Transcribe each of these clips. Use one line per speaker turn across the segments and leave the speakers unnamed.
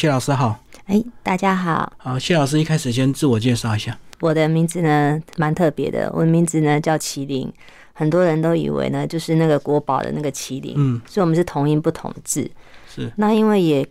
谢老师好，
哎，大家好，
好，谢老师一开始先自我介绍一下。
我的名字呢蛮特别的，我的名字呢叫麒麟，很多人都以为呢就是那个国宝的那个麒麟，
嗯，
所以我们是同音不同字。
是
那因为也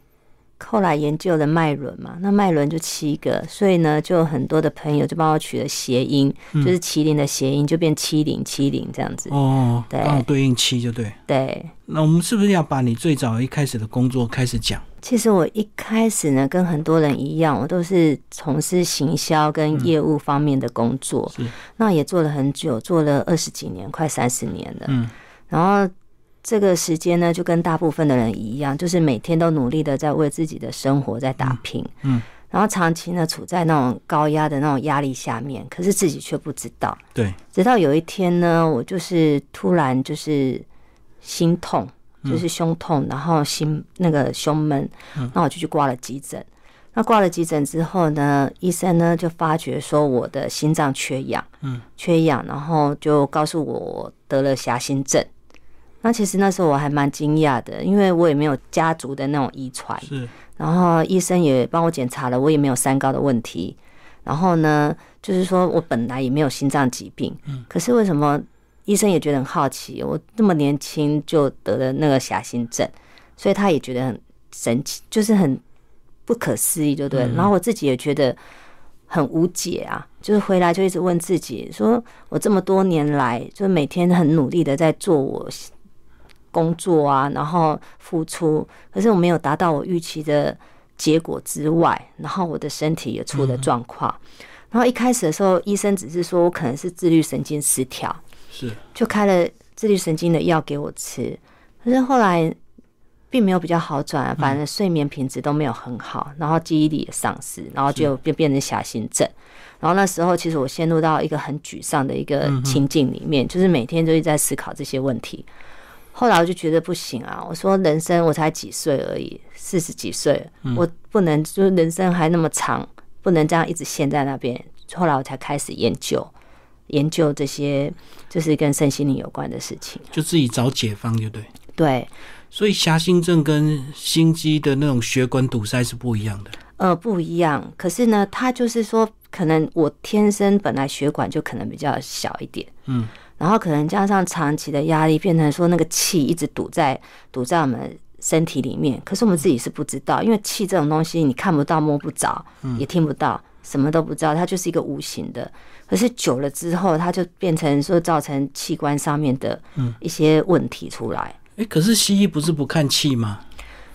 后来研究了脉轮嘛，那脉轮就七个，所以呢就很多的朋友就帮我取了谐音，就是麒麟的谐音就变七零七零这样子。
嗯哦，
对
刚好对应七就对。
对，
那我们是不是要把你最早一开始的工作开始讲？
其实我一开始呢，跟很多人一样，我都是从事行销跟业务方面的工作，
嗯是
那也做了很久，做了二十几年，快三十年了。
嗯，
然后这个时间呢，就跟大部分的人一样，就是每天都努力的在为自己的生活在打拼。
嗯嗯
然后长期呢处在那种高压的那种压力下面，可是自己却不知道。
对，
直到有一天呢，我就是突然就是心痛，
嗯
就是胸痛，然后心那个胸闷，那我就去挂了急诊。那挂了急诊之后呢，医生呢就发觉说我的心脏缺氧，
嗯，
缺氧，然后就告诉我我得了狭心症。那其实那时候我还蛮惊讶的，因为我也没有家族的那种遗传，
是
然后医生也帮我检查了，我也没有三高的问题。然后呢，就是说我本来也没有心脏疾病，可是为什么医生也觉得很好奇，我这么年轻就得了那个狭心症，所以他也觉得很神奇，就是很不可思议，就对了。然后我自己也觉得很无解啊，就是回来就一直问自己，说我这么多年来，就每天很努力的在做我工作啊，然后付出，可是我没有达到我预期的结果之外，然后我的身体也出了状况。然后一开始的时候，医生只是说我可能是自律神经失调，
是，
就开了自律神经的药给我吃，可是后来并没有比较好转啊，反正睡眠品质都没有很好，然后记忆力也丧失，然后就变变成狭心症。然后那时候其实我陷入到一个很沮丧的一个情境里面，就是每天就是在思考这些问题。后来我就觉得不行啊，我说人生我才几岁而已，四十几岁了，我不能就是人生还那么长，不能这样一直陷在那边。后来我才开始研究研究这些就是跟身心灵有关的事情。
就自己找解放就对。
对，
所以狭心症跟心肌的那种血管堵塞是不一样的。
呃，不一样。可是呢，他就是说，可能我天生本来血管就可能比较小一点，
嗯，
然后可能加上长期的压力，变成说那个气一直堵在堵在我们。身体里面，可是我们自己是不知道，因为气这种东西你看不到、摸不着，也听不到，什么都不知道，它就是一个无形的。可是久了之后，它就变成说造成器官上面的一些问题出来。
哎，可是西医不是不看气吗？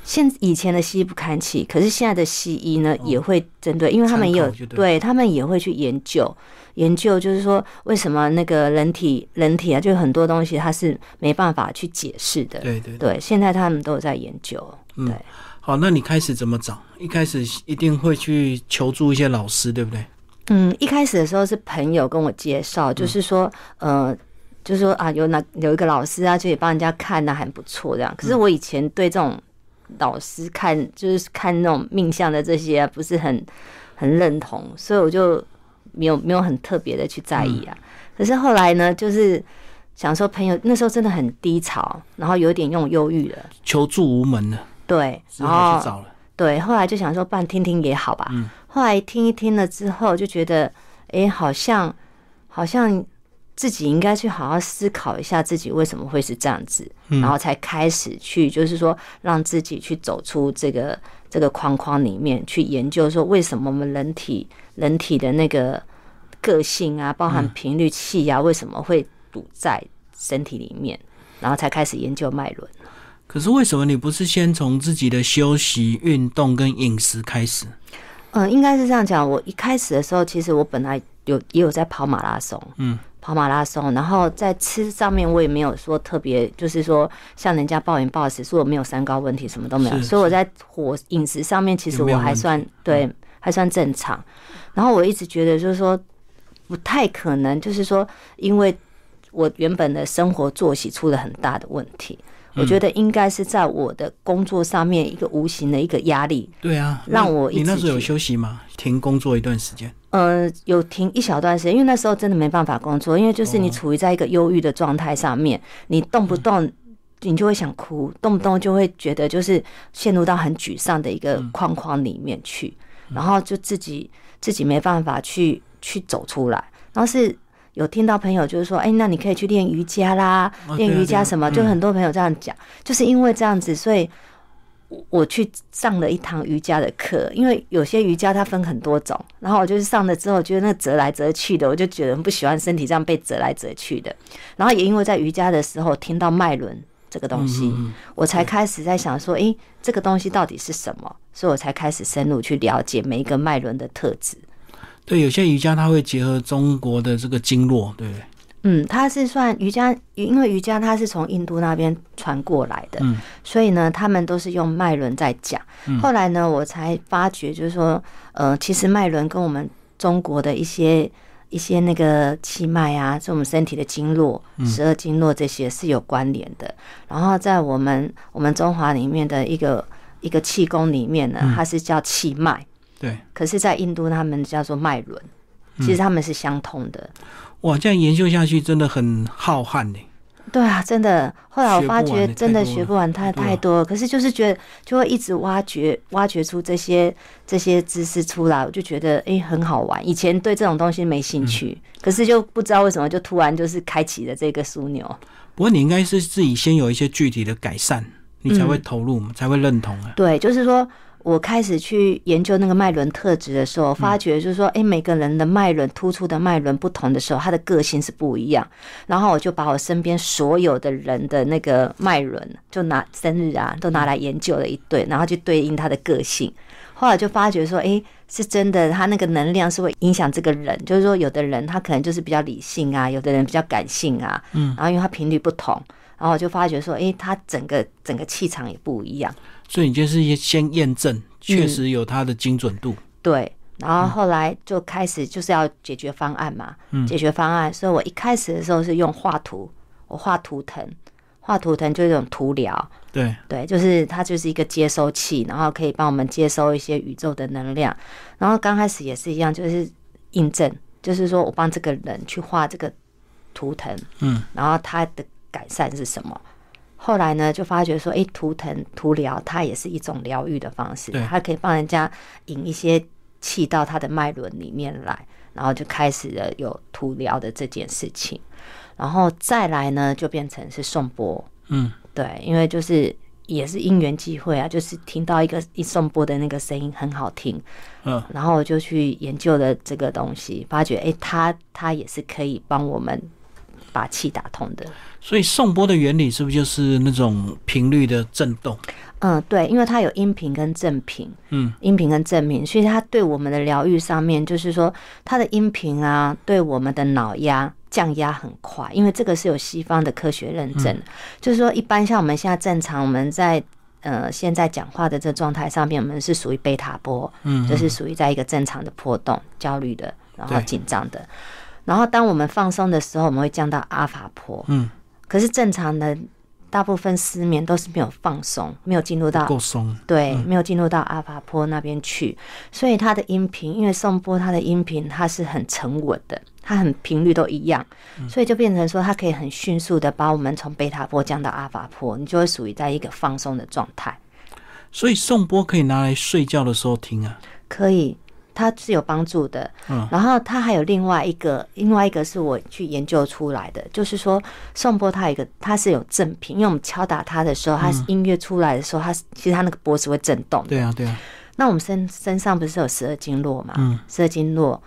现以前的西医不看气，可是现在的西医呢、也会针对，因为他们也有
哦参考就对
他们也会去研究，研究就是说为什么那个人体人体啊，就很多东西它是没办法去解释的。
对对对。
对，现在他们都有在研究。对，
好，那你开始怎么找？一开始一定会去求助一些老师，对不对？
嗯，一开始的时候是朋友跟我介绍，就是说，呃，就是说啊，有哪有一个老师啊，就也帮人家看那、还不错这样。可是我以前对这种老师看，就是看那种命相的这些啊、不是很很认同，所以我就没有没有很特别的去在意啊。可是后来呢，就是想说朋友那时候真的很低潮，然后有点用忧郁了，
求助无门了，
对，
只
然
好
后
去找了。
对，后来就想说，不然听听也好吧。后来听一听了之后，就觉得，诶，好像好像自己应该去好好思考一下自己为什么会是这样子，然后才开始去，就是说让自己去走出这个这个框框里面，去研究说为什么我们人体人体的那个个性啊，包含频率、气啊，为什么会堵在身体里面，然后才开始研究脉轮。
可是为什么你不是先从自己的休息、运动跟饮食开始？
嗯，应该是这样讲。我一开始的时候，其实我本来有也有在跑马拉松，
嗯，
跑马拉松，然后在吃上面我也没有说特别，就是说像人家暴饮暴食，说我没有三高问题，什么都没有，
是
所以我在火饮食上面其实
也没有
我还
问题嗯
算对，还算正常。然后我一直觉得就是说不太可能，就是说因为我原本的生活作息出了很大的问题。
嗯
我觉得应该是在我的工作上面一个无形的一个压力，
对啊，
让
那
我一
你那
直
时候有
去
休息吗？停工作一段时间，
呃，有停一小段时间，因为那时
哦嗯
候真的没办法工作，因为就是你处于在一个忧郁的状态上面，你动不动你就会想哭，动不动就会觉得就是陷入到很沮丧的一
嗯
个框框里面去，然后就自己自己没办法去去走出来。然后是有听到朋友就是说，哎、那你可以去练瑜伽啦，
哦
练
对啊
瑜
对
伽
啊
什么，就
嗯
很多朋友这样讲，就是因为这样子，所以我我去上了一堂瑜伽的课，因为有些瑜伽它分很多种，然后我就是上了之后，觉得那折来折去的，我就觉得很不喜欢身体这样被折来折去的。然后也因为在瑜伽的时候听到脉轮这个东
嗯
西，我才开始在想说，诶、这个东西到底是什么？所以我才开始深入去了解每一个脉轮的特质。
嗯对，有些瑜伽它会结合中国的这个经络，对不对？
嗯，它是算瑜伽，因为瑜伽它是从印度那边传过来的，
嗯
所以呢，他们都是用脉轮在讲。后来呢，我才发觉，就是说，呃，其实脉轮跟我们中国的一些一些那个气脉啊，是我们身体的经络、
嗯
十二经络这些是有关联的。然后在我们我们中华里面的一个一个气功里面呢，它是叫气脉，
嗯对，嗯
可是，在印度他们叫做脉轮，其实他们是相通的。
哇，这样研究下去真的很浩瀚呢。
对啊，真的。后来
学
我
不
发
完
觉，
的
真
太
的
多
学
了
不完
太
太
多
太
了
多了。可是就是觉得，就会一直挖掘、挖掘出这些这些知识出来，我就觉得诶很好玩。以前对这种东西没兴趣，可是就不知道为什么就突然就是开启了这个枢纽。
不过你应该是自己先有一些具体的改善，你才会投入嘛，才会认同啊。
对，就是说我开始去研究那个脉轮特质的时候，发觉就是说，诶，每个人的脉轮突出的脉轮不同的时候，他的个性是不一样。然后我就把我身边所有的人的那个脉轮，就拿生日啊，都拿来研究了一对，然后去对应他的个性。后来就发觉说，诶，是真的，他那个能量是会影响这个人。就是说，有的人他可能就是比较理性啊，有的人比较感性啊，嗯，然后因为他频率不同，然后我就发觉说，诶，他整个整个气场也不一样。
所以你就是先验证，确实有它的精准度。
对，然后后来就开始就是要解决方案嘛，解决方案。所以我一开始的时候是用画图，我画图腾，画图腾就是一种图疗，
对，
对，就是它就是一个接收器，然后可以帮我们接收一些宇宙的能量。然后刚开始也是一样，就是印证，就是说我帮这个人去画这个图腾，
嗯，
然后他的改善是什么？后来呢，就发觉说，诶，图腾图疗它也是一种疗愈的方式
对，
它可以帮人家引一些气到他的脉轮里面来，然后就开始了有图疗的这件事情。然后再来呢，就变成是颂钵，
嗯，
对，因为就是也是因缘际会啊，就是听到一个一颂钵的那个声音很好听，
嗯，
然后我就去研究了这个东西，发觉诶，它它也是可以帮我们把气打通的。
所以送波的原理是不是就是那种频率的震动？
嗯，对，因为它有音频跟正频，
嗯，
音频跟正频，所以它对我们的疗愈上面，就是说它的音频啊，对我们的脑压降压很快，因为这个是有西方的科学认证的，就是说一般像我们现在正常我们在。呃，现在讲话的这状态上面，我们是属于贝塔波，嗯，就是属于在一个正常的波动、焦虑的，然后
对
紧张的。然后当我们放松的时候，我们会降到阿法波，
嗯，
可是正常的大部分失眠都是没有放松，没有进入到
够松，
对，没有进入到阿法波那边去，所以它的音频，因为颂钵它的音频它是很沉稳的，它很频率都一样，所以就变成说它可以很迅速的把我们从贝塔波降到阿法波，你就会属于在一个放松的状态。
所以送波可以拿来睡觉的时候听啊。
可以，它是有帮助的。
嗯，
然后它还有另外一个，另外一个是我去研究出来的，就是说颂钵它有一个，它是有振频，因为我们敲打它的时候，它音乐出来的时候，它其实它那个波是会震动的。
对啊，对啊，
那我们身身上不是有十二经络嘛？
嗯
十二经络，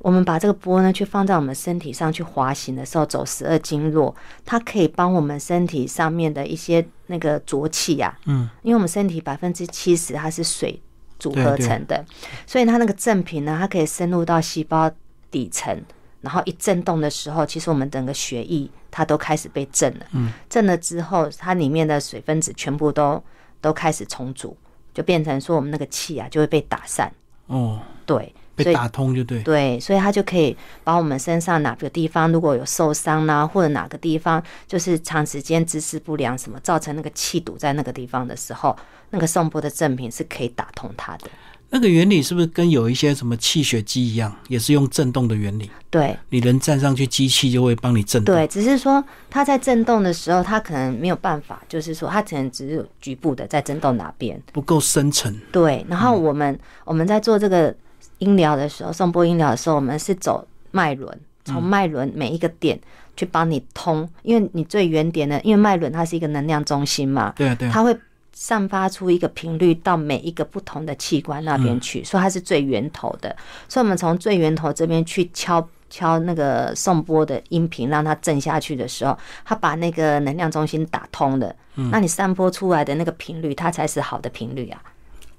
我们把这个波呢去放在我们身体上去滑行的时候，走十二经络，它可以帮我们身体上面的一些那个浊气呀、
嗯，
因为我们身体百分之七十它是水组合
对对
成的，所以它那个正频呢，它可以深入到细胞底层，然后一震动的时候，其实我们整个血液它都开始被震了。嗯，震了之后，它里面的水分子全部都都开始重组，就变成说我们那个气啊就会被打散。
哦，
对，所
被
以
打通就对。
对，所以它就可以把我们身上哪个地方如果有受伤啦、或者哪个地方就是长时间姿势不良什么，造成那个气堵在那个地方的时候，那个送波的正品是可以打通它的。
那个原理是不是跟有一些什么气血机一样，也是用震动的原理？
对
你人站上去，机器就会帮你震动。
对，只是说它在震动的时候，它可能没有办法，就是说它可能只有局部的在震动哪边。
不够深层，
对，然后我们、我们在做这个音疗的时候，送波音疗的时候，我们是走脉轮，从脉轮每一个点去帮你通，因为你最原点的，因为脉轮它是一个能量中心嘛，
对啊对啊，
它会散发出一个频率到每一个不同的器官那边去，所以它是最源头的。所以我们从最源头这边去敲敲那个送波的音频，让它震下去的时候，它把那个能量中心打通了，那你散播出来的那个频率，它才是好的频率啊。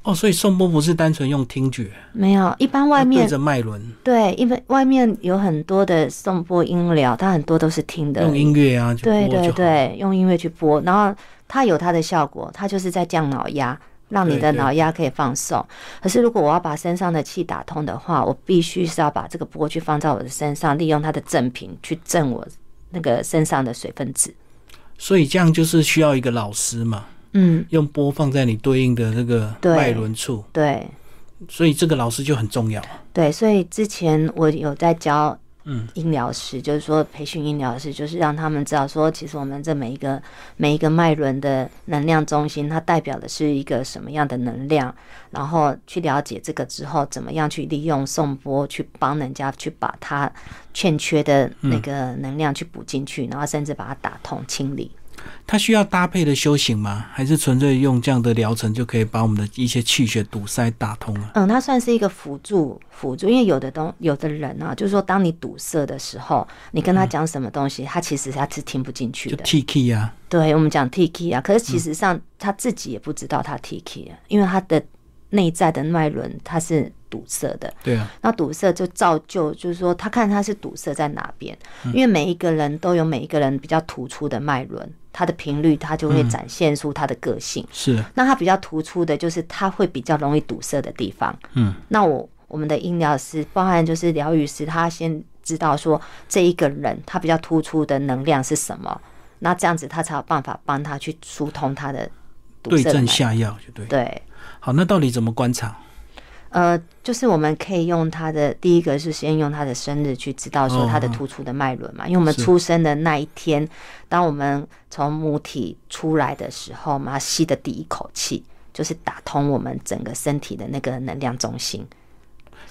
哦，所以送波不是单纯用听觉，啊
没有，一般外
它
面
啊对着脉轮
对，因为外面有很多的送波音疗，它很多都是听的，
用音乐啊，就
对
播
对
就好。
对，用音乐去播，然后它有它的效果，它就是在降脑压，让你
对
的
对
脑压可以放松。可是如果我要把身上的气打通的话，我必须是要把这个波去放在我的身上，利用它的正频去正我那个身上的水分子。
所以这样就是需要一个老师嘛，
嗯，
用波放在你对应的那个
对
脉轮处，
对
所以这个老师就很重要。
对，所以之前我有在教。
嗯，
音疗师就是说培训音疗师，就是让他们知道说，其实我们这每一个每一个脉轮的能量中心，它代表的是一个什么样的能量，然后去了解这个之后，怎么样去利用送波去帮人家去把它欠缺的那个能量去补进去，然后甚至把它打通清理。
它需要搭配的修行吗？还是纯粹用这样的疗程就可以把我们的一些气血堵塞打通啊？
嗯，它算是一个辅助辅助，因为有的东有的人啊，就是说当你堵塞的时候，你跟他讲什么东西，他其实他是听不进去
就
的。
T K 啊，
对我们讲 Tiki 啊，可是其实上他自己也不知道他 Tiki 啊，因为他的内在的脉轮它是堵塞的，
对啊，
那堵塞就造就就是说他看他是堵塞在哪边，因为每一个人都有每一个人比较突出的脉轮，它的频率它就会展现出他的个性。
是啊
那它比较突出的就是它会比较容易堵塞的地方。
嗯，
那我我们的音疗师，包含就是疗愈师，他先知道说这一个人他比较突出的能量是什么，那这样子他才有办法帮他去疏通他的堵
对
塞的
症
脉。
下药，就对。
对，
好，那到底怎么观察？
呃，就是我们可以用他的第一个是先用他的生日去知道说他的突出的脉轮嘛，因为我们
哦是
出生的那一天，当我们从母体出来的时候嘛，吸的第一口气就是打通我们整个身体的那个能量中心。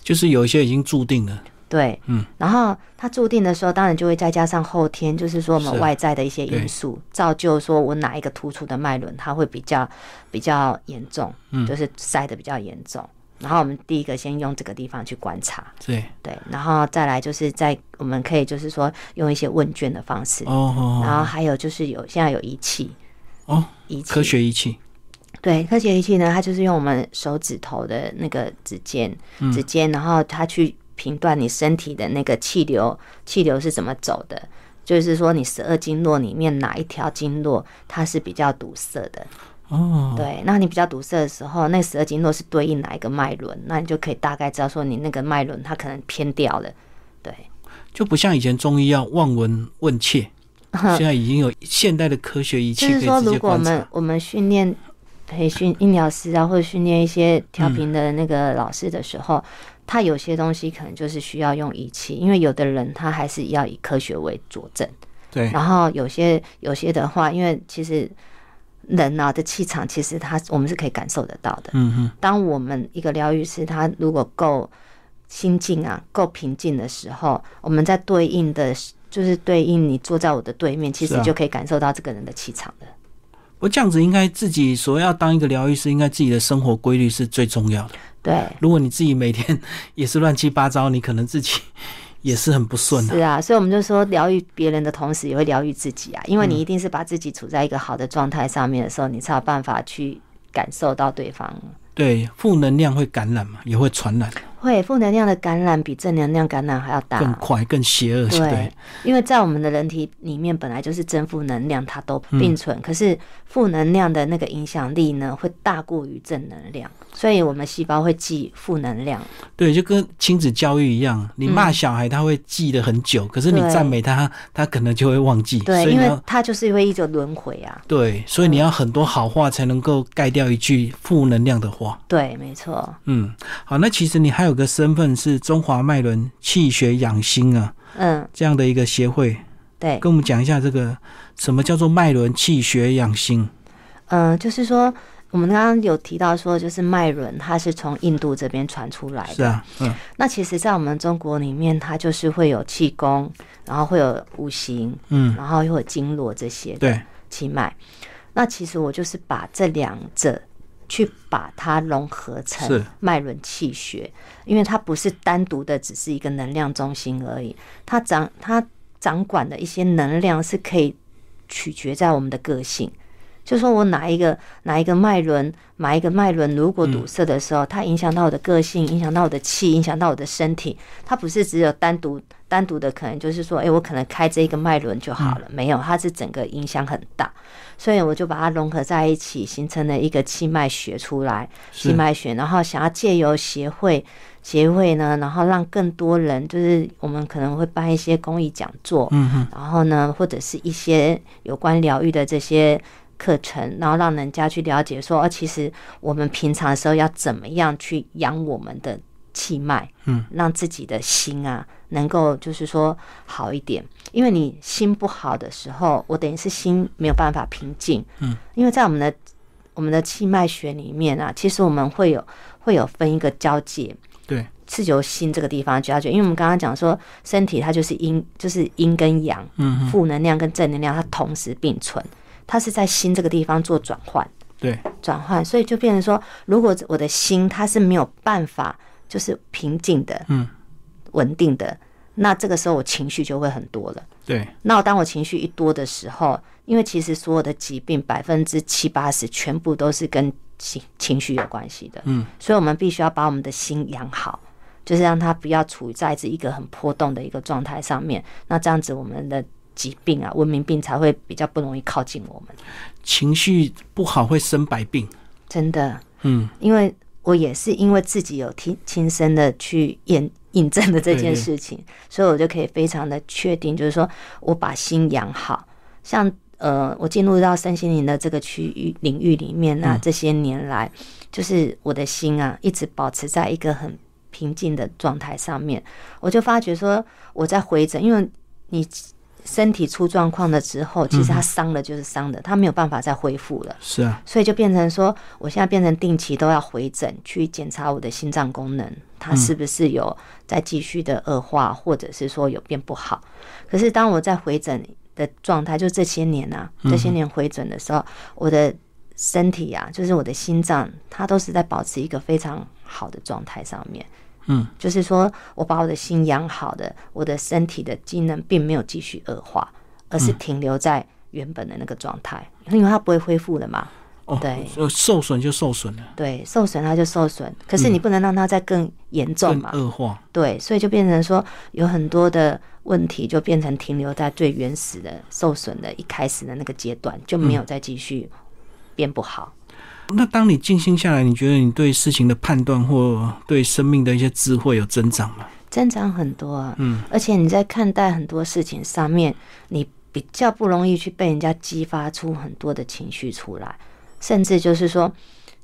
就是有一些已经注定了，
对，
嗯，
然后它注定的时候，当然就会再加上后天，就是说我
是
们外在的一些因素，造就说我哪一个突出的脉轮，它会比较比较严重，嗯，就是塞的比较严重。然后我们第一个先用这个地方去观察，
对，
对，然后再来就是在我们可以就是说用一些问卷的方式，
哦哦
然后还有就是有现在有仪器，
哦，
仪器
科学仪器，
对科学仪器呢，它就是用我们手指头的那个指尖，
嗯
指尖，然后它去评断你身体的那个气流，气流是怎么走的。就是说，你十二经络里面哪一条经络它是比较堵塞的？
哦，
对，那你比较堵塞的时候，那十二经络是对应哪一个脉轮？那你就可以大概知道说你那个脉轮它可能偏掉了。对，
就不像以前中医要望闻问切，现在已经有现代的科学仪器
嗯就
可
是
以
说，
直
如
接
果我
观
们
察。
我们训练培训医疗师啊，或者训练一些
嗯
调频的那个老师的时候，他有些东西可能就是需要用仪器，因为有的人他还是要以科学为佐证，
对，
然后有些有些的话，因为其实。人啊的气场，其实他我们是可以感受得到的。
嗯哼，
当我们一个疗愈师，他如果够心静啊，够平静的时候，我们在对应的，就是对应你坐在我的对面，其
是
实
啊
就可以感受到这个人的气场了。
我这样子应该自己所要当一个疗愈师，应该自己的生活规律是最重要的。
对，
如果你自己每天也是乱七八糟，你可能自己也是很不顺的、
是啊，所以我们就说，疗愈别人的同时，也会疗愈自己啊，因为
嗯
你一定是把自己处在一个好的状态上面的时候，你才有办法去感受到对方。
对，负能量会感染嘛，也会传染，
会负能量的感染比正能量感染还要大，
更快、更邪恶。
对
对，，
因为在我们的人体里面本来就是正负能量它都
嗯
并存，可是负能量的那个影响力呢，会大过于正能量，所以我们细胞会记负能量。
对，就跟亲子教育一样，你骂小孩他会记得很久，可是你
对
赞美他，他可能就会忘记。
对，
所以
因
你
为
要
它就是会一直轮回啊。
对，所以你要很多好话才能够盖掉一句负能量的话。
对，没错。
嗯，好，那其实你还有个身份是中华脉轮气血养心啊
嗯，
这样的一个协会，
对，
跟我们讲一下这个什么叫做脉轮气血养心？
嗯、就是说我们刚刚有提到说，就是脉轮它是从印度这边传出来的，
是啊，嗯，
那其实，在我们中国里面，它就是会有气功，然后会有五行，
嗯，
然后又有经络这些的
对，
气脉。那其实我就是把这两者去把它融合成
是
脉轮气血，因为它不是单独的只是一个能量中心而已，它掌它掌管的一些能量是可以取决在我们的个性。就说我哪一个哪一个脉轮，哪一个脉轮如果堵塞的时候，它影响到我的个性，影响到我的气，影响到我的身体。它不是只有单独单独的，可能就是说，诶，我可能开这一个脉轮就好了，没有，它是整个影响很大。所以我就把它融合在一起，形成了一个气脉学出来，
是
气脉学。然后想要借由协会协会呢，然后让更多人，就是我们可能会办一些公益讲座，
嗯哼，
然后呢，或者是一些有关疗愈的这些课程，然后让人家去了解说，哦，其实我们平常的时候要怎么样去养我们的气脉，
嗯，
让自己的心啊能够就是说好一点。因为你心不好的时候，我等于是心没有办法平静，
嗯，
因为在我们的我们的气脉学里面啊，其实我们会有会有分一个交界，
对，
是由心这个地方交界，因为我们刚刚讲说身体它就是阴，就是阴跟阳，
嗯哼，
负能量跟正能量它同时并存，它是在心这个地方做转换，
对，
转换，所以就变成说，如果我的心它是没有办法就是平静的、
嗯，
稳定的，那这个时候我情绪就会很多了。
对，
那我当我情绪一多的时候，因为其实所有的疾病百分之七八十全部都是跟情情绪有关系的，
嗯，
所以我们必须要把我们的心养好，就是让它不要处在这一个很波动的一个状态上面。那这样子，我们的疾病啊，文明病才会比较不容易靠近我们。
情绪不好会生百病，
真的，
嗯，
因为我也是因为自己有亲亲身的去验印证了这件事情，所以我就可以非常的确定，就是说我把心养好。像呃，我进入到身心灵的这个区域领域里面那、这些年来，就是我的心啊，一直保持在一个很平静的状态上面，我就发觉说我在回诊，因为你。身体出状况了之后，其实它伤了就是伤了，它没有办法再恢复了。
是啊，
所以就变成说，我现在变成定期都要回诊去检查我的心脏功能，它是不是有在继续的恶化，或者是说有变不好。可是当我在回诊的状态，就这些年啊，这些年回诊的时候，我的身体啊，就是我的心脏，它都是在保持一个非常好的状态上面。
嗯，
就是说我把我的心养好的，我的身体的机能并没有继续恶化，而是停留在原本的那个状态，因为它不会恢复的嘛。
哦，
对
呃，受损就受损了，
对，受损它就受损，可是你不能让它再更严重
更呃
嘛。
恶化，
对，所以就变成说有很多的问题就变成停留在最原始的受损的一开始的那个阶段，就没有再继续变不好。
那当你静心下来，你觉得你对事情的判断或对生命的一些智慧有增长吗？
增长很多啊，嗯，而且你在看待很多事情上面，你比较不容易去被人家激发出很多的情绪出来，甚至就是说，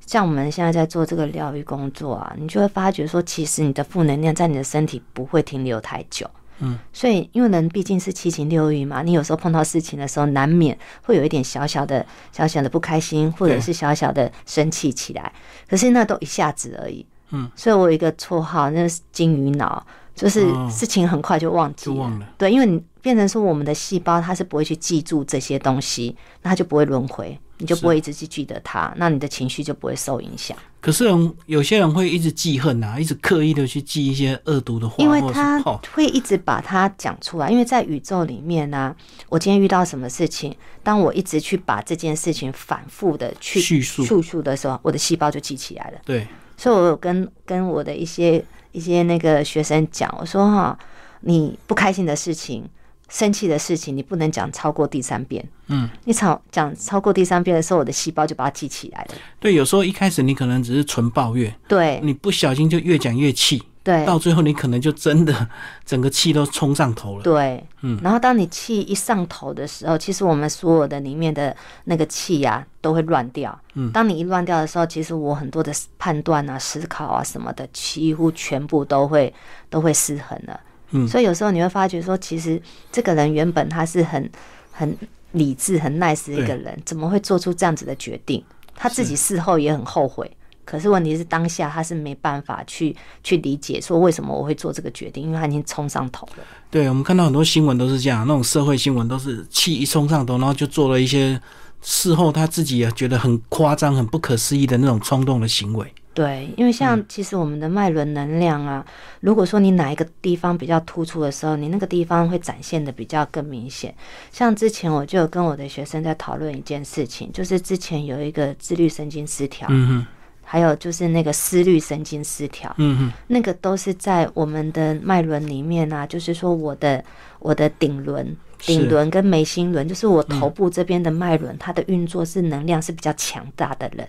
像我们现在在做这个疗愈工作啊，你就会发觉说，其实你的负能量在你的身体不会停留太久，
嗯，
所以因为人毕竟是七情六欲嘛，你有时候碰到事情的时候，难免会有一点小小的、小小的不开心，或者
对
是小小的生气起来，可是那都一下子而已，
嗯，
所以我有一个绰号，那是金鱼脑。就是
哦
事情很快就忘记
就
了，
忘了，
对，因为你变成说我们的细胞它是不会去记住这些东西，那它就不会轮回，你就不会一直去记得它，那你的情绪就不会受影响，
可是人有些人会一直记恨啊，一直刻意的去记一些恶毒的话，
因为
或者是
它
哦，
会一直把它讲出来。因为在宇宙里面呢、我今天遇到什么事情，当我一直去把这件事情反复的去
叙述
叙述的时候，我的细胞就记起来了。
对，
所以我有跟跟我的一些一些那个学生讲，我说哈，你不开心的事情、生气的事情，你不能讲超过第三遍。
嗯，
你吵讲超过第三遍的时候，我的细胞就把它记起来了。
对，有时候一开始你可能只是纯抱怨，
对，
你不小心就越讲越气，
对
到最后你可能就真的 整个气都冲上头了。
对，
嗯
然后当你气一上头的时候，其实我们所有的里面的那个气呀、都会乱掉。
嗯
当你一乱掉的时候，其实我很多的判断啊、思考啊什么的，几乎全部都会都会失衡了。
嗯
所以有时候你会发觉说，其实这个人原本他是很很理智、很 nice 的一个
对
人，怎么会做出这样子的决定？他自己事后也很后悔。可是问题是，当下他是没办法去去理解说为什么我会做这个决定，因为他已经冲上头了。
对，我们看到很多新闻都是这样，那种社会新闻都是气一冲上头，然后就做了一些事后他自己也觉得很夸张、很不可思议的那种冲动的行为。
对，因为像其实我们的脉轮能量啊，如果说你哪一个地方比较突出的时候，你那个地方会展现的比较更明显。像之前我就有跟我的学生在讨论一件事情，就是之前有一个自律神经失调，
嗯哼，
还有就是那个思虑神经失调，
嗯哼，
那个都是在我们的脉轮里面啊，就是说我的我的顶轮、顶
是，嗯
轮跟眉心轮，就是我头部这边的脉轮，它的运作是能量是比较强大的人，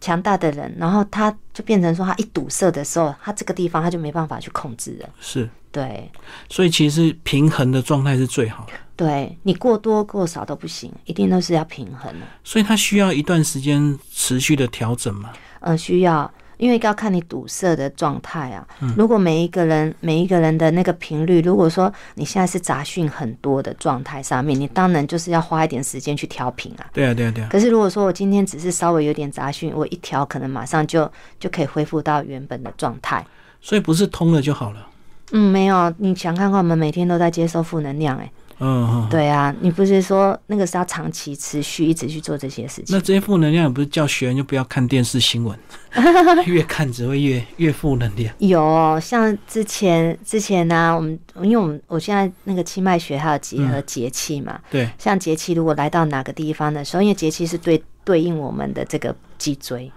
强大的人，然后他就变成说他一堵塞的时候，他这个地方他就没办法去控制了。
是，
对，
所以其实平衡的状态是最好的。
对你过多过少都不行，一定都是要平衡的。
所以它需要一段时间持续的调整嘛。
呃，需要，因为要看你堵塞的状态啊。如果每一个人每一个人的那个频率，如果说你现在是杂讯很多的状态上面，你当然就是要花一点时间去调频啊。
对啊，对啊，对啊，
可是如果说我今天只是稍微有点杂讯，我一调可能马上就就可以恢复到原本的状态。
所以不是通了就好了。
嗯，没有，你想看看我们每天都在接受负能量、欸，
嗯，嗯嗯
对啊，你不是说那个是要长期持续一直去做这些事情
那？这些负能量也不是叫学员就不要看电视新 闻，越看只会越越负能量。
有哦像之前之前呢、我们因为我们我现在那个气脉学还有结合节气嘛，
对，
像节气如果来到哪个地方的时候，因为节气是对对应我们的这个脊椎，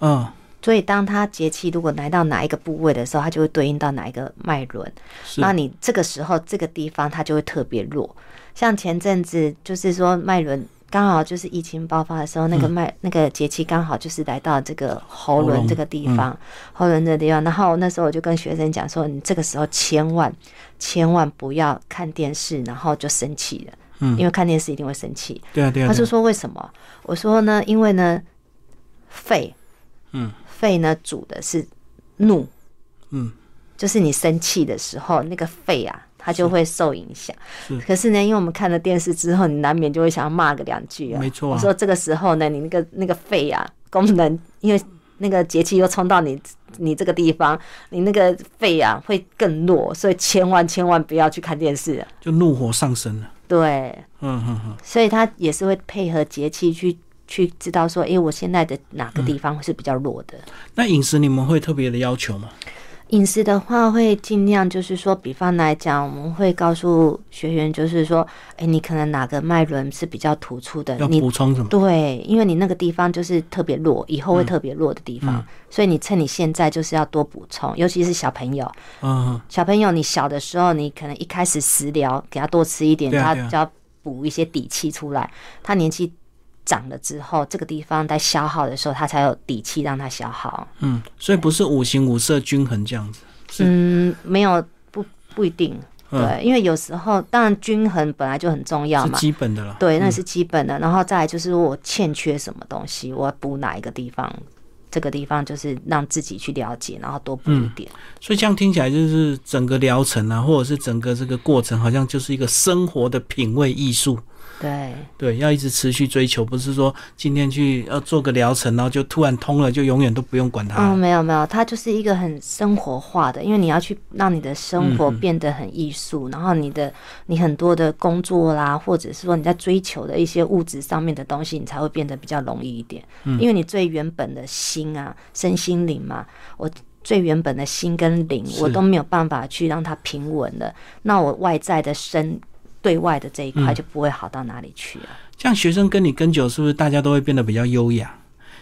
嗯，
所以当它节气如果来到哪一个部位的时候，它就会对应到哪一个脉轮。
是
那你这个时候这个地方它就会特别弱。像前阵子就是说脉轮刚好就是疫情爆发的时候，那个脉、那个节气刚好就是来到这个
嗯喉
喉轮
咙嗯
这个地方，喉轮这个地方。然后那时候我就跟学生讲说，你这个时候千万千万不要看电视，然后就生气了，
嗯
因为看电视一定会生气。
对啊，对啊，
他
对
就
啊
说为什么？我说呢，因为呢，肺，
嗯，
肺呢主的是怒，
嗯，
就是你生气的时候，那个肺啊，它就会受影响
是。
可是呢，因为我们看了电视之后，你难免就会想要骂个两句啊。
没错啊
我说这个时候呢，你那个那个肺啊功能，因为那个节气又冲到你你这个地方，你那个肺啊会更弱，所以千万千万不要去看电视啊。
就怒火上升了。
对，
嗯嗯嗯，
所以他也是会配合节气去去知道说，诶，我现在的哪个地方是比较弱的。
那饮食你们会特别的要求吗？
饮食的话，会尽量就是说，比方来讲，我们会告诉学员，就是说，诶，你可能哪个脉轮是比较突出的，
要
你
补充什么？
对，因为你那个地方就是特别弱，以后会特别弱的地方，所以你趁你现在就是要多补充，尤其是小朋友，
嗯，嗯
小朋友，你小的时候，你可能一开始食疗给他多吃一点，
对啊
他
对啊
就要补一些底气出来。他年纪长了之后，这个地方在消耗的时候，他才有底气让他消耗。
嗯，所以不是五行五色均衡这样子。是
嗯，没有不不一定，对，
嗯，
因为有时候当然均衡本来就很重要
是
啊嘛。
基嗯本的啦。
对，那是基本的。然后再来就是我欠缺什么东西，我要补哪一个地方，这个地方就是让自己去了解，然后多补一
嗯
点。
所以这样听起来就是整个疗程啊，或者是整个这个过程，好像就是一个生活的品味艺术。
对，
对，要一直持续追求，不是说今天去要做个疗程，然后就突然通了，就永远都不用管它
嗯，
了。
没有没有，它就是一个很生活化的，因为你要去让你的生活
嗯嗯
变得很艺术，然后你的你很多的工作啦，或者是说你在追求的一些物质上面的东西，你才会变得比较容易一点。
嗯
因为你最原本的心啊，身心灵嘛，我最原本的心跟灵，
是
我都没有办法去让它平稳了，那我外在的身对外的这一
嗯
块就不会好到哪里去啊。
像学生跟你跟久，是不是大家都会变得比较优雅，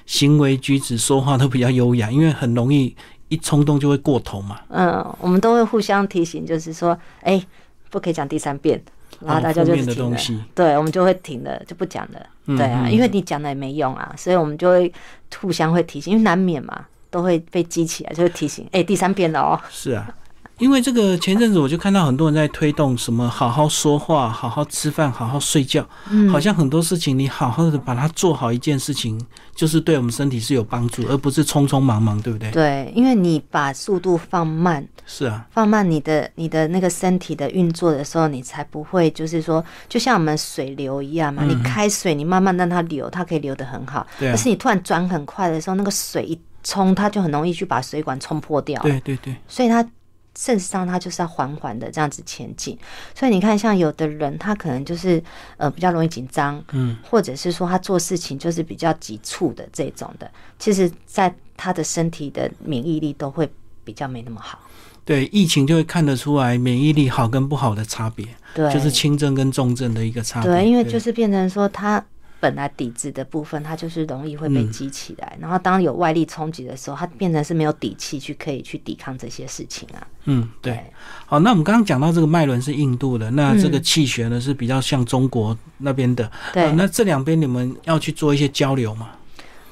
行为举止、说话都比较优雅，因为很容易一冲动就会过头嘛。
嗯，我们都会互相提醒，就是说，哎、不可以讲第三遍，然后大家
负
就
面
是
的
停
东
了，
西，
对，我们就会停了，就不讲了。
嗯
对啊，
嗯
因为你讲了也没用啊，所以我们就会互相会提醒，因为难免嘛。都会被激起来，就会提醒，哎、第三遍了哦。
是啊，因为这个前阵子我就看到很多人在推动什么好好说话、好好吃饭、好好睡觉，
嗯
好像很多事情你好好的把它做好一件事情，就是对我们身体是有帮助，而不是匆匆忙忙， 对不对？
对，因为你把速度放慢，
是啊，
放慢你的你的那个身体的运作的时候，你才不会就是说，就像我们水流
嗯
一样嘛，你开水，你慢慢让它流，它可以流得很好。
对啊
但是你突然转很快的时候，那个水一冲，它就很容易去把水管冲破掉。
对对对，
所以它事实上它就是要缓缓的这样子前进。所以你看，像有的人他可能就是呃比较容易紧张，
嗯，
或者是说他做事情就是比较急促的这种的，其实在他的身体的免疫力都会比较没那么好。
对，疫情就会看得出来免疫力好跟不好的差别，
对，
就是轻症跟重症的一个差别。
对，因为就是是变成说他。本来底子的部分，它就是容易会被
嗯
激起来，然后当有外力冲击的时候，它变成是没有底气去可以去抵抗这些事情啊。
嗯，对。好，那我们刚刚讲到这个脉轮是印度的，那这个
嗯
气血呢是比较像中国那边的。
对，
呃那这两边你们要去做一些交流嘛？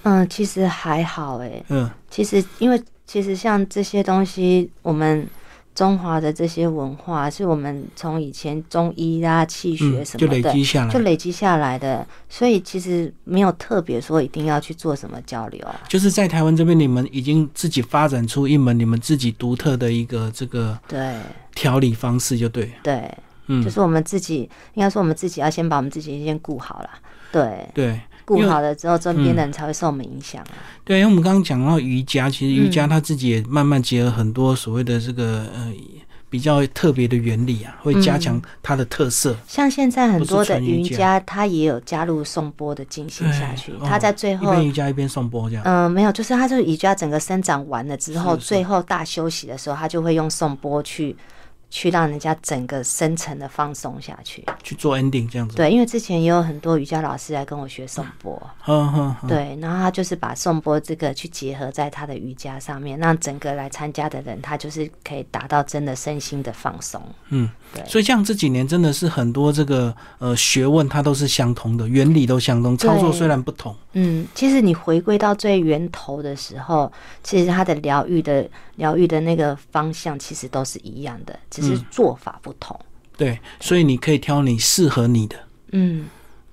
嗯，其实还好诶、
嗯，
其实，因为其实像这些东西，我们中华的这些文化，是我们从以前中医啊、气血
嗯
什
就
么
累
的，
积下来
就，累积下来的，所以其实没有特别说一定要去做什么交流啊。
就是在台湾这边，你们已经自己发展出一门你们自己独特的一个这个
对
调理方式，就对，
对，就
嗯，
是我们自己，应该说我们自己要先把我们自己先顾好了。对，
对。因
顾
为
好了之后，周边的人才会受我们影响啊。
对，因为我们刚刚讲到瑜伽，其实瑜伽它自己也慢慢结合很多所谓的这个呃比较特别的原理啊，会加
嗯
强它的特色。
像现在很
不是
多的
纯瑜
瑜
伽
伽，它也有加入颂钵的进行下
对
去
哦，
它在最
一
后
边瑜伽一边颂钵这样。
嗯，没有，就是他就是瑜伽整个生长完了之后，
是是
最后大休息的时候，他就会用颂钵去去让人家整个深层的放松下去。
去做 ending 这样子。
对，因为之前也有很多瑜伽老师来跟我学颂钵，
哼哼哼，
对，然后他就是把颂钵这个去结合在他的瑜伽上面，让整个来参加的人，他就是可以达到真的身心的放松。
嗯
对，
所以像这几年真的是很多这个呃学问，它都是相同的，原理都相同，
对
操作虽然不同，
嗯，其实你回归到最源头的时候，其实它的疗愈的疗愈的那个方向其实都是一样的，只是
嗯
做法不同。
对，所以你可以挑你适合你的，
嗯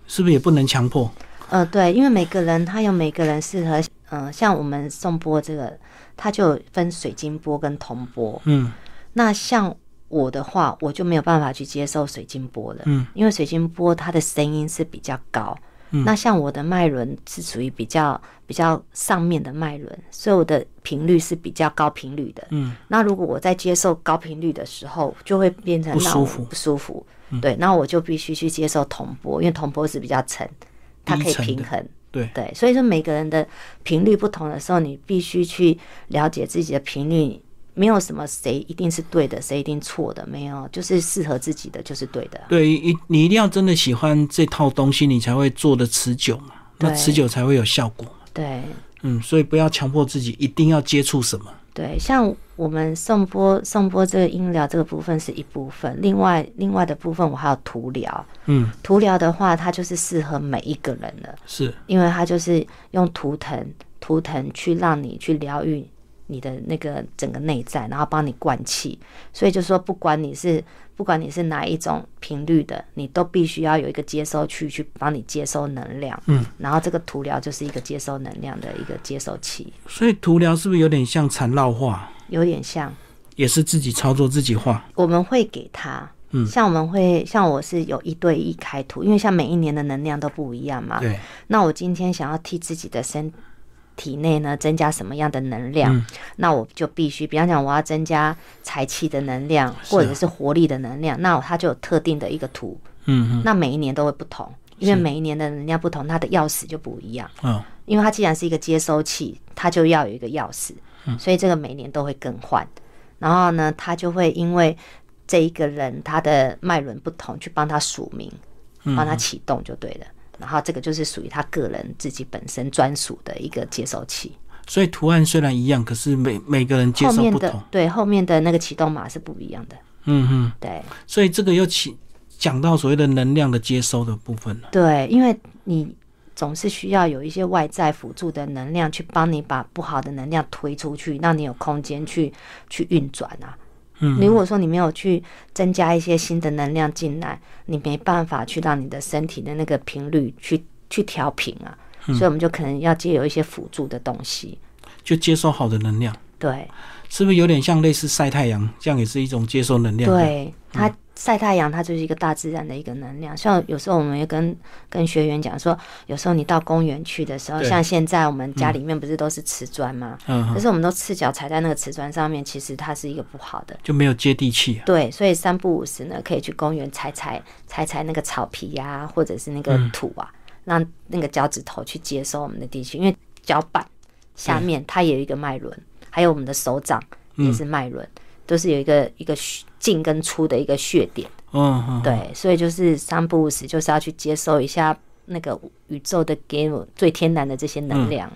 是不是也不能强迫？
呃，对，因为每个人他有每个人适合，嗯、像我们颂钵这个，它就有分水晶钵跟铜钵。
嗯，
那像我的话，我就没有办法去接受水晶钵了，
嗯，
因为水晶钵它的声音是比较高。那像我的脉轮是属于比较比较上面的脉轮，所以我的频率是比较高频率的。
嗯，
那如果我在接受高频率的时候，就会变成
不
让
舒
我
服嗯
不舒服。对，那我就必须去接受铜钵，因为铜钵是比较沉，它可
低
以
沉的
平衡。
对，
对，所以说每个人的频率不同的时候，你必须去了解自己的频率，没有什么谁一定是对的，谁一定错的，没有，就是适合自己的就是对的。
对，一你一定要真的喜欢这套东西，你才会做的持久嘛，那
对
持久才会有效果。
对
嗯，所以不要强迫自己一定要接触什么。
对，像我们送波送波这个音疗这个部分是一部分，另外另外的部分我还有图疗，
嗯，
图疗的话它就是适合每一个人的，
是，
因为它就是用图腾图腾去让你去疗愈你的那个整个内在，然后帮你灌气。所以就说，不管你是不管你是哪一种频率的，你都必须要有一个接收器去帮你接收能量。嗯，然后这个图疗就是一个接收能量的一个接收器，
所以图疗是不是有点像缠绕画，
有点像
也是自己操作自己画？
我们会给他。
嗯
像我们会像我是有一对一开图，因为像每一年的能量都不一样嘛，
对，
那我今天想要替自己的身体内呢增加什么样的能量，那我就必须，比方讲我要增加财气的能量，或者是活力的能量，那它就有特定的一个图，
嗯嗯
那每一年都会不同，因为每一年的能量不同，它的钥匙就不一样，
嗯，
因为它既然是一个接收器，它就要有一个钥匙，
嗯
所以这个每年都会更换，然后呢，它就会因为这一个人他的脉轮不同，去帮他署名。
嗯
帮他启动就对了。然后这个就是属于他个人自己本身专属的一个接收器，
所以图案虽然一样，可是每每个人接
后
受
面
不同
的。对后面的那个启动码是不一样的。
嗯嗯，
对
所以这个又起讲到所谓的能量的接收的部分了。
对，因为你总是需要有一些外在辅助的能量去帮你把不好的能量推出去，让你有空间去去运转啊。
嗯
如果说你没有去增加一些新的能量进来，你没办法去让你的身体的那个频率去去调频啊，所以我们就可能要借由一些辅助的东西。
就接收好的能量，
对
是不是有点像类似晒太阳？这样也是一种接收能量。，嗯
对，它晒太阳，它就是一个大自然的一个能量。像有时候我们也跟跟学员讲说，有时候你到公园去的时候，
对
像现在我们家里面不是都是瓷砖吗？
嗯
可
哼，
是我们都赤脚踩在那个瓷砖上面，其实它是一个不好的。
就没有接地气、啊。
对，所以三不五时呢，可以去公园踩踩踩踩那个草皮呀、或者是那个土啊，让那个脚趾头去接收我们的地气，因为脚板下面它也有一个脉轮，还有我们的手掌也是脉轮，都是有一个一个血进跟出的一个穴点。
嗯哼，
对，所以就是三不五时就是要去接收一下那个宇宙的给我最天然的这些能量。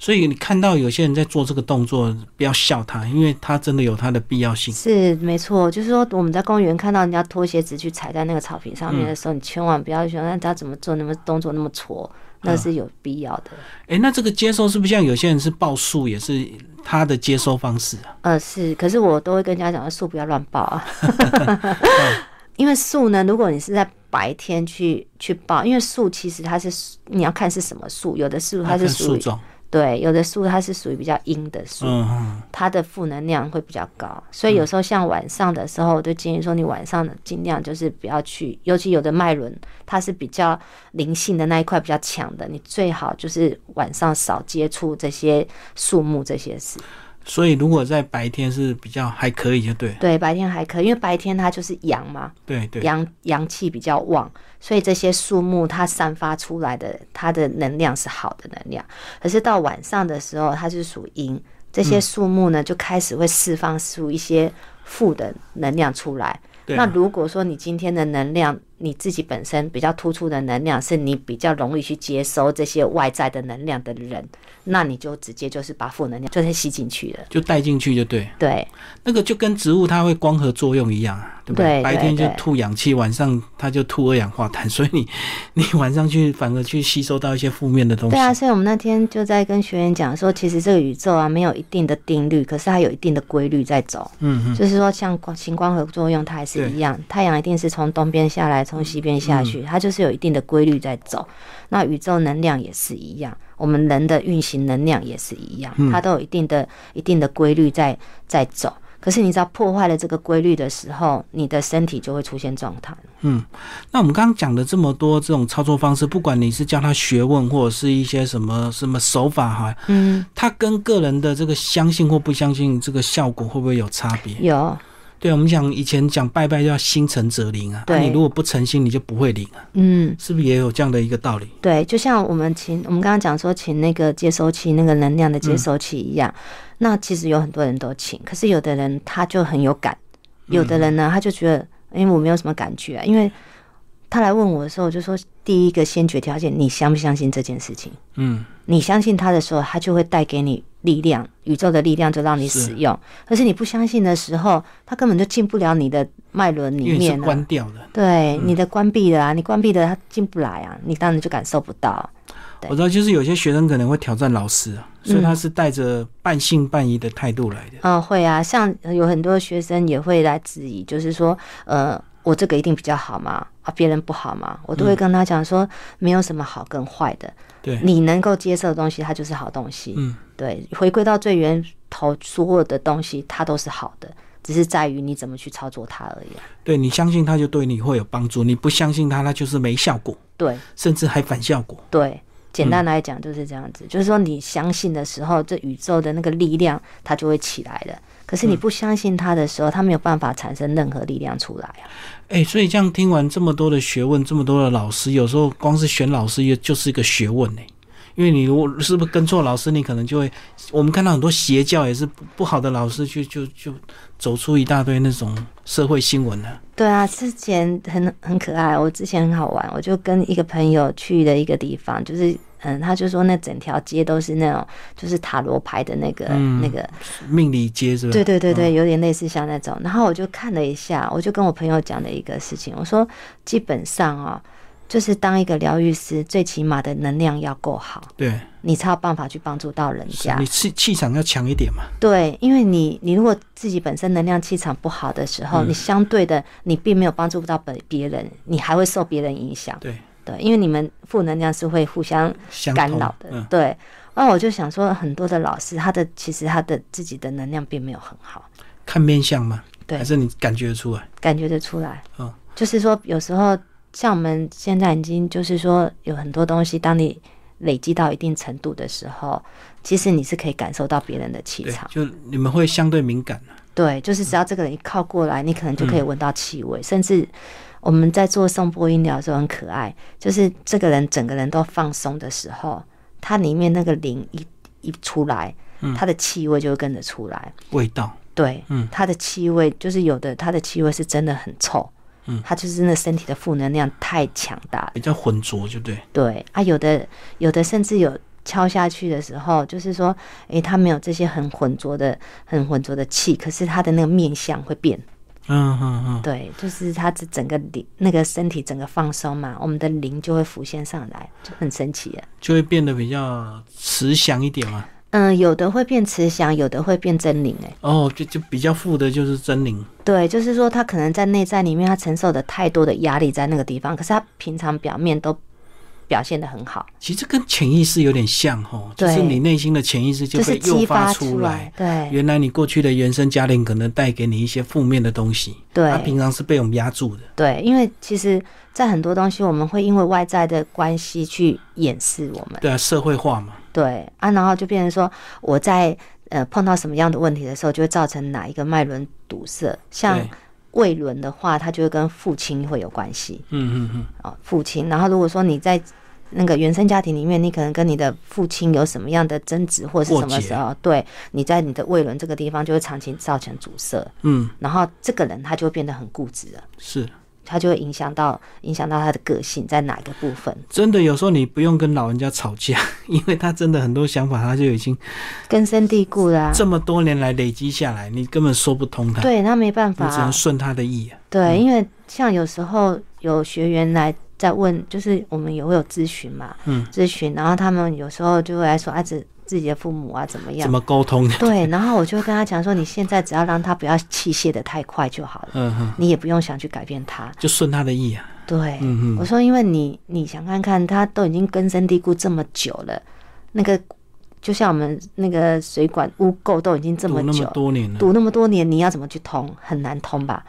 所以你看到有些人在做这个动作，不要笑他，因为他真的有他的必要性。
是没错，就是说我们在公园看到人家拖鞋子去踩在那个草坪上
嗯
面的时候，你千万不要想让他怎么做，那么动作那么挫，
嗯
那是有必要的。
诶，那这个接收是不是像有些人是报数，也是他的接收方式啊？
呃，是，可是我都会跟人家讲，树不要乱抱 啊，因为树呢，如果你是在白天去去抱，因为树其实它是你要看是什么树，有的树它
看
是
树
属于
种，
对，有的树它是属于比较阴的树，
嗯哼，
它的负能量会比较高，所以有时候像晚上的时候，我就建议说你晚上的尽量就是不要去，尤其有的脉轮它是比较灵性的那一块比较强的，你最好就是晚上少接触这些树木这些事。
所以如果在白天是比较还可以，就对，
对，白天还可以，因为白天它就是阳嘛，
对对，
阳阳气比较旺，所以这些树木它散发出来的它的能量是好的能量。可是到晚上的时候，它是属阴，这
嗯
些树木呢就开始会释放出一些负的能量出来。
对啊
那如果说你今天的能量，你自己本身比较突出的能量，是你比较容易去接收这些外在的能量的人，那你就直接就是把负能量就是吸进去了。
就带进去就对。
对，
那个就跟植物它会光合作用一样啊，对不
对对
白天就
对
吐氧气，晚上它就吐二氧化碳， 所以你你晚上去反而去吸收到一些负面的东西。
对啊，所以我们那天就在跟学员讲说，其实这个宇宙啊没有一定的定律，可是它有一定的规律在走。
嗯嗯，
就是说，像光行光合作用，它还是一样，太阳一定是从东边下来，从西边下
嗯
去，它就是有一定的规律在走。那宇宙能量也是一样，我们人的运行能量也是一样，
嗯
它都有一定的一定的规律在在走。可是你只要破坏了这个规律的时候，你的身体就会出现状态。
那我们刚刚讲了这么多这种操作方式，不管你是教他学问，或者是一些什么什么手法哈，
嗯，
它跟个人的这个相信或不相信这个效果会不会有差别？
有
对，我们讲以前讲拜拜要心诚则灵啊，
对
啊你如果不诚心，你就不会灵啊，
嗯。
是不是也有这样的一个道理？
对，就像我们请我们刚刚讲说请那个接收器那个能量的
嗯
接收器一样，那其实有很多人都请，可是有的人他就很有感，有的人
嗯
呢他就觉得，因为我没有什么感觉、啊，因为他来问我的时候，我就说第一个先决条件，你相不相信这件事情？
嗯，
你相信他的时候，他就会带给你力量，宇宙的力量就让你
是
使用。可是你不相信的时候，他根本就进不了你的脉轮
因为
里
你是
面、啊。
关掉的。
对，你的关闭了啊，你关闭了，他进不来啊，你当然就感受不到。对
我知道，就是有些学生可能会挑战老师啊，所以他是带着半信半疑的态度来的。
嗯，会啊，像呃有很多学生也会来质疑，就是说，呃，我这个一定比较好嘛，啊，别人不好嘛，我都会跟他讲说，没有什么好跟坏的，
嗯对，
你能够接受的东西，它就是好东西。
嗯，
对，回归到最源头，所有的东西它都是好的，只是在于你怎么去操作它而已啊、
对你相信他就对你会有帮助，你不相信他，他就是没效果，
对
甚至还反效果。
对。简单来讲就是这样子，就是说你相信的时候，这宇宙的那个力量它就会起来了。可是你不相信它的时候，它没有办法产生任何力量出来啊。
哎，所以这样听完这么多的学问，这么多的老师，有时候光是选老师也就是一个学问呢、因为你如果是不是跟错老师，你可能就会，我们看到很多邪教也是不不好的老师去就就走出一大堆那种社会新闻呢、
对啊，之前很很可爱，我之前很好玩，我就跟一个朋友去的一个地方，就是嗯，他就说那整条街都是那种就是塔罗牌的那个、那个，
命理街是吧？
对对对对，有点类似像那种。然后我就看了一下，我就跟我朋友讲了一个事情，我说基本上啊、就是当一个疗愈师，最起码的能量要够好，
对，
你才有办法去帮助到人
是
家
你。气气场要强一点嘛，
对，因为你你如果自己本身能量气场不好的时候，你相对的你并没有帮助到本别人，你还会受别人影响。
对，
对，因为你们负能量是会互相
相
干
同
扰的。
嗯，
对，那我就想说，很多的老师他的其实他的自己的能量并没有很好，
看面相嘛，
对
还是你感觉得出来？
感觉得出来。
嗯，
就是说有时候像我们现在已经就是说有很多东西，当你累积到一定程度的时候，其实你是可以感受到别人的气
对
场，。
就你们会相对敏感、
对，就是只要这个人一靠过来，你可能就可以闻到气
嗯
味，甚至我们在做送波音疗的时候很可爱，就是这个人整个人都放松的时候，他里面那个灵一一出来，
嗯
他的气味就会跟着出来。
味道，
对，
嗯
他的气味就是有的，他的气味是真的很臭，
嗯，
他就是那身体的负能量太强大了。
比较浑浊，就对。
对啊，有的有的甚至有敲下去的时候，就是说，诶，他没有这些很浑浊的、很浑浊的气，可是他的那个面相会变，
嗯嗯嗯，
对，就是他这整个灵那个身体整个放松嘛，我们的灵就会浮现上来，就很神奇耶。
就会变得比较慈祥一点嘛。
嗯，有的会变慈祥，有的会变欸真灵，诶，
哦，就就比较富的就是真灵，
对，就是说他可能在内在里面，他承受的太多的压力在那个地方，可是他平常表面都表现的很好，
其实跟潜意识有点像哦，就
对
是你内心的潜意识
就
被
是
诱
激发
出
出
来
来。，对
原来你过去的原生家庭可能带给你一些负面的东西，
对。
它平常是被我们压住的。
对，因为其实，在很多东西，我们会因为外在的关系去掩饰我们，
对啊，社会化嘛，
对啊，然后就变成说，我在呃碰到什么样的问题的时候，就会造成哪一个脉轮堵塞。像
对，
胃轮的话，它就会跟父亲会有关系
嗯嗯嗯，
哦，父亲。然后如果说你在那个原生家庭里面，你可能跟你的父亲有什么样的争执或是
过
什么
节
时候，对，你在你的胃轮这个地方就会长期造成阻塞，
嗯，
然后这个人他就会变得很固执了。
是
它就会影响到影响到他的个性在哪一个部分，
真的。有时候你不用跟老人家吵架， 因为他真的很多想法，他就已经
根深蒂固啦、
这么多年来累积下来，你根本说不通他，
啊对，那没办法
你只
啊、
能顺他的意啊。
对，因为像有时候有学员来在问，就是我们也会有咨询嘛，
嗯，
咨询，然后他们有时候就会来说啊，自自己的父母啊怎么
怎
样？
么沟通？
对，然后我就会跟他讲说，你现在只要让他不要器械的太快就好了，
嗯哼，
你也不用想去改变他。
就顺他的意啊。
对，
嗯
我
嗯，
说，因为你你想看看，它都已经根深蒂固这么久了，那个就像我们那个水管污垢都已经这
读
么
那么
久，
多年了，
堵那么多年，你要怎么去通？很难通吧？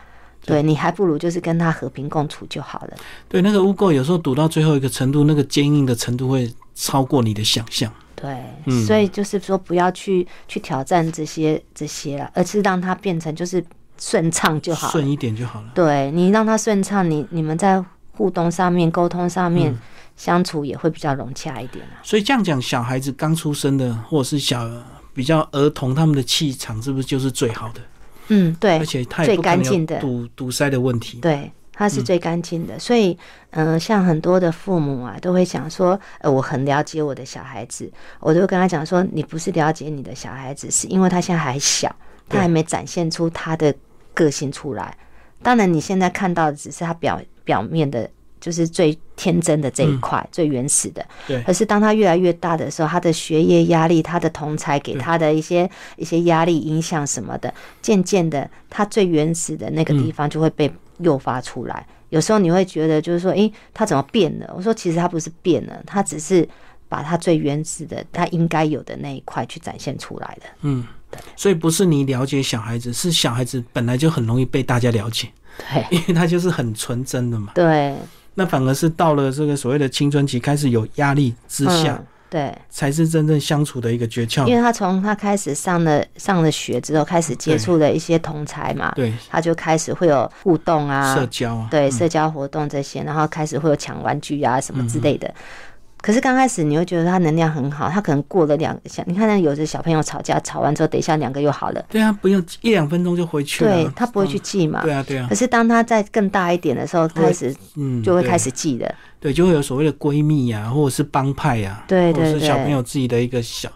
对你还不如就是跟它和平共处就好了。
对那个污垢有时候堵到最后一个程度，那个坚硬的程度会超过你的想象。
对，
嗯
所以就是说不要去去挑战这些这些了，而是让它变成就是顺畅就好了。
顺一点就好了。
对你让它顺畅，你你们在互动上面、沟通上
嗯
面、相处也会比较融洽一点啊。
所以这样讲，小孩子刚出生的，或者是小比较儿童，他们的气场是不是就是最好的？
嗯，对
而。且他也不可
最干
能有
净的
堵堵塞的问题。
对，它
嗯
是最干净的。所以，嗯、像很多的父母啊，都会想说，呃，我很了解我的小孩子，我都会跟他讲说，你不是了解你的小孩子，是因为他现在还小，他
对
还没展现出他的个性出来。当然，你现在看到的只是他表表面的。就是最天真的这
嗯
一块，最原始的。
对
可是当他越来越大的时候，他的学业压力、他的同才给他的一些一些压力、影响什么的，渐渐的，他最原始的那个地方就会被诱发出来。有时候你会觉得，就是说，诶、他怎么变了？我说，其实他不是变了，他只是把他最原始的、他应该有的那一块去展现出来的。
嗯，所以不是你了解小孩子，是小孩子本来就很容易被大家了解，
对
因为他就是很纯真的嘛。
对，
那反而是到了这个所谓的青春期，开始有压力之下，
嗯、对，
才是真正相处的一个诀
因
窍。
为他从他开始上了上了学之后，开始接触了一些同才嘛，
对，
他就开始会有互动啊，
社交啊，
对社交活动这些，然后开始会有抢玩具啊什么
嗯
之类的。可是刚开始你会觉得他能量很好，他可能过了两像你看那有的小朋友吵架，吵完之后等一下两个又好了，
对啊，不用一两分钟就回去了
对
啊。
他不会去记嘛。
对啊，对啊
可，是当他再更大一点的时候，
会
开始
嗯，
就会
对
开始记了。
对，就会有所谓的闺蜜呀、或者是帮派呀、
对对
或哦者是小
对
朋友自己的一个小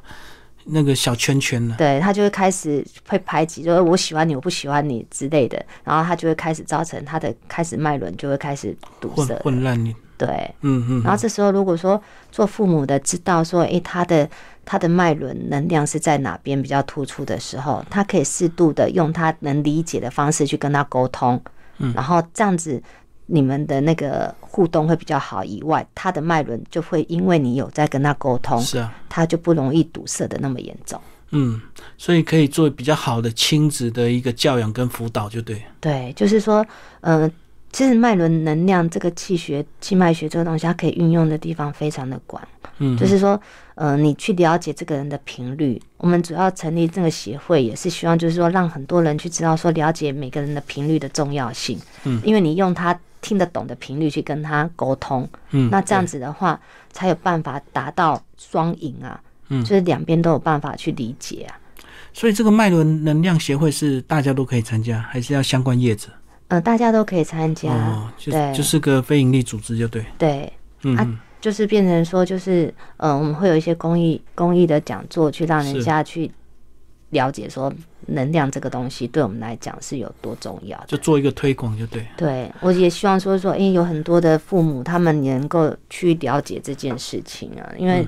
那个小圈圈呢、
对他就会开始会排挤，就是我喜欢你，我不喜欢你之类的，然后他就会开始造成他的开始脉轮就会开始堵
混
塞。
混乱你。
对，
嗯嗯，
然后这时候如果说做父母的知道说，诶，他的他的脉轮能量是在哪边比较突出的时候，他可以适度的用他能理解的方式去跟他沟通，然后这样子你们的那个互动会比较好。以外，他的脉轮就会因为你有在跟他沟通，
是啊，
他就不容易堵塞的那么严重。
嗯，所以可以做比较好的亲子的一个教养跟辅导，就对。
对，就是说，呃，其实脉轮能量这个气学、气脉学这个东西，它可以运用的地方非常的广。
嗯，
就是说，呃，你去了解这个人的频率。我们主要成立这个协会，也是希望就是说，让很多人去知道说，了解每个人的频率的重要性。嗯，因为你用他听得懂的频率去跟他沟通，
嗯，
那这样子的话，才有办法达到双赢啊。嗯，就是两边都有办法去理解啊。
所以这个脉轮能量协会是大家都可以参加，还是要相关业者？
呃，大家都可以参加，
哦，就
对
就是个非营利组织，就对。
对。
嗯
啊
嗯
就是变成说，就是呃，我们会有一些公益公益的讲座，去让人
是
家去了解说能量这个东西对我们来讲是有多重要的。
就做一个推广，就对。
对我也希望说说，诶、有很多的父母他们能够去了解这件事情啊，因为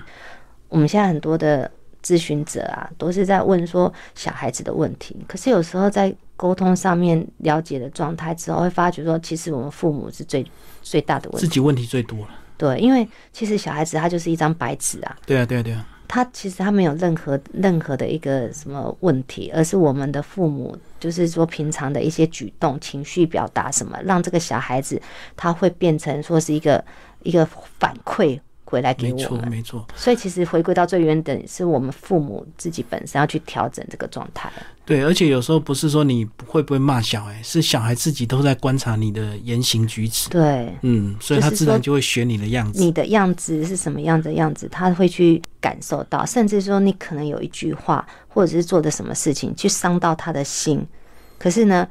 我们现在很多的咨询者啊，都是在问说小孩子的问题，可是有时候在沟通上面了解的状态之后，会发觉说，其实我们父母是最最大的问
自
题。
己问题最多了。
对，因为其实小孩子他就是一张白纸啊。
对啊，对啊，对啊。
他其实他没有任何任何的一个什么问题，而是我们的父母就是说平常的一些举动、情绪表达什么，让这个小孩子他会变成说是一个一个反馈回来给
没
我
错，
们。
没错，
所以其实回归到最原点，是我们父母自己本身要去调整这个状态。
对，而且有时候不是说你会不会骂小孩，是小孩自己都在观察你的言行举止，
对，
嗯，所以他
就是
自
说
然就会学你的样子，
你的样子是什么样的样子，他会去感受到，甚至说你可能有一句话或者是做的什么事情去伤到他的心，可是呢，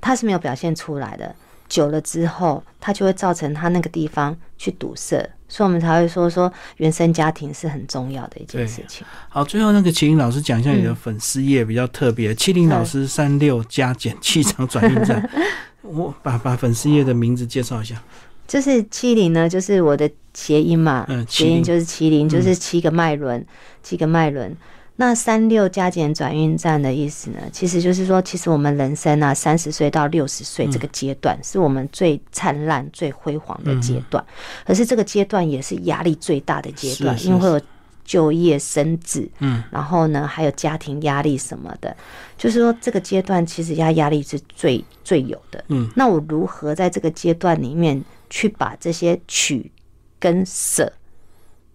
他是没有表现出来的。久了之后，他就会造成他那个地方去堵塞，所以我们才会说说原生家庭是很重要的一件
对
事情。
好，最后那个麒麟老师讲一下你
嗯
的粉丝页比较特别，麒麟老师三六加减气场转运 站，我把把粉丝页的名字介绍一下，
就是七零呢，就是我的谐音嘛，
嗯
谐
七零
音就是七零，就是七个脉轮，七个脉轮。那三六加减转运站的意思呢，其实就是说，其实我们人生啊，三十岁到六十岁
嗯
这个阶段，是我们最灿烂、最辉煌的
嗯
阶段，可是这个阶段也是压力最大的阶段，
是是
因为会有就业、生子，
嗯，
然后呢，还有家庭压力什么的，就是说这个阶段其实压压力是最最有的。
嗯，
那我如何在这个阶段里面去把这些取跟舍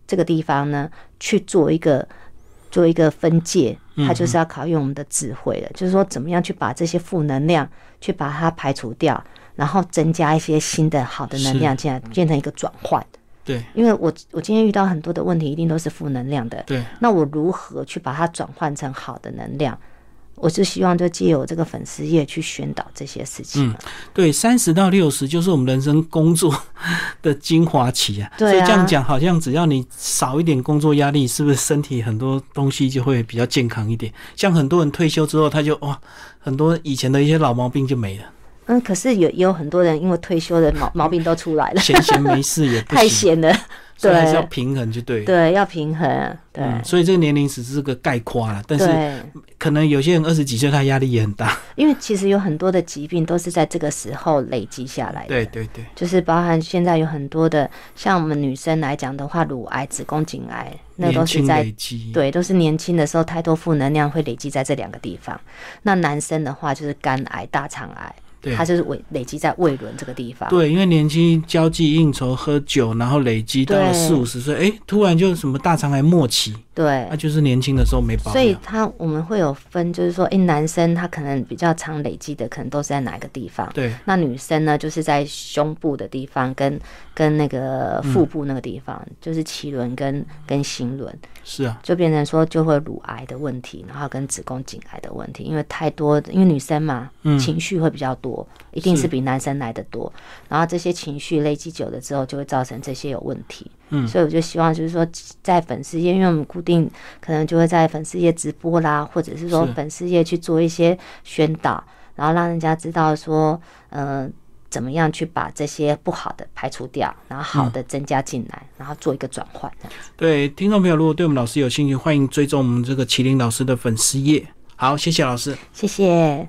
这个地方呢，去做一个做一个分界？它就是要考验我们的智慧了，就是说怎么样去把这些负能量去把它排除掉，然后增加一些新的好的能量进来，变成一个转换。
对
因为我我今天遇到很多的问题，一定都是负能量的。
对，
那我如何去把它转换成好的能量？我是希望就借由这个粉丝页去宣导这些事情、啊。
对，三十到六十就是我们人生工作 的精华期啊。
对啊
所以这样讲，好像只要你少一点工作压力，是不是身体很多东西就会比较健康一点？像很多人退休之后，他就哇，很多以前的一些老毛病就没 了，
嗯，可是有也有很多人因为退休的毛毛病都出来了，
闲闲没事也不
太
行，
闲了。
所以还是要
对
平衡就对。
对，要平衡。啊对、
嗯，所以这个年龄只是个概括啦，但是
对，
可能有些人二十几岁，他压力也很大。
因为其实有很多的疾病都是在这个时候累积下来的。
对对对，
就是包含现在有很多的，像我们女生来讲的话，乳癌、子宫颈癌，那都
年
是
轻
在
累积。
对，都是年轻的时候太多负能量会累积在这两个地方。那男生的话就是肝癌、大肠癌，
对
它就是累累积在胃轮这个地方。
对，因为年轻交际应酬、喝酒，然后累积到了
对
四五十岁，哎，突然就什么大肠癌末期，
对
那、啊就是年轻的时候没保
所以
养。
他我们会有分，就是说，诶，男生他可能比较常累积的，可能都是在哪一个地方？
对，
那女生呢，就是在胸部的地方跟跟那个腹部那个地方，就是脐轮跟跟心轮。
是啊，
就变成说就会乳癌的问题，然后跟子宫颈癌的问题，因为太多，因为女生嘛，情绪会比较多，一定嗯是比男生来的多。然后这些情绪累积久了之后，就会造成这些有问题。嗯，所以我就希望就是说，在粉丝页，因为我们固定可能就会在粉丝页直播啦，或者是说
是
粉丝页去做一些宣导，然后让人家知道说，呃，怎么样去把这些不好的排除掉，然后好的增加进来，然后做一个转换。这样子
对，听众朋友，如果对我们老师有兴趣，欢迎追踪我们这个麒麟老师的粉丝页。好，谢谢老师。
谢谢。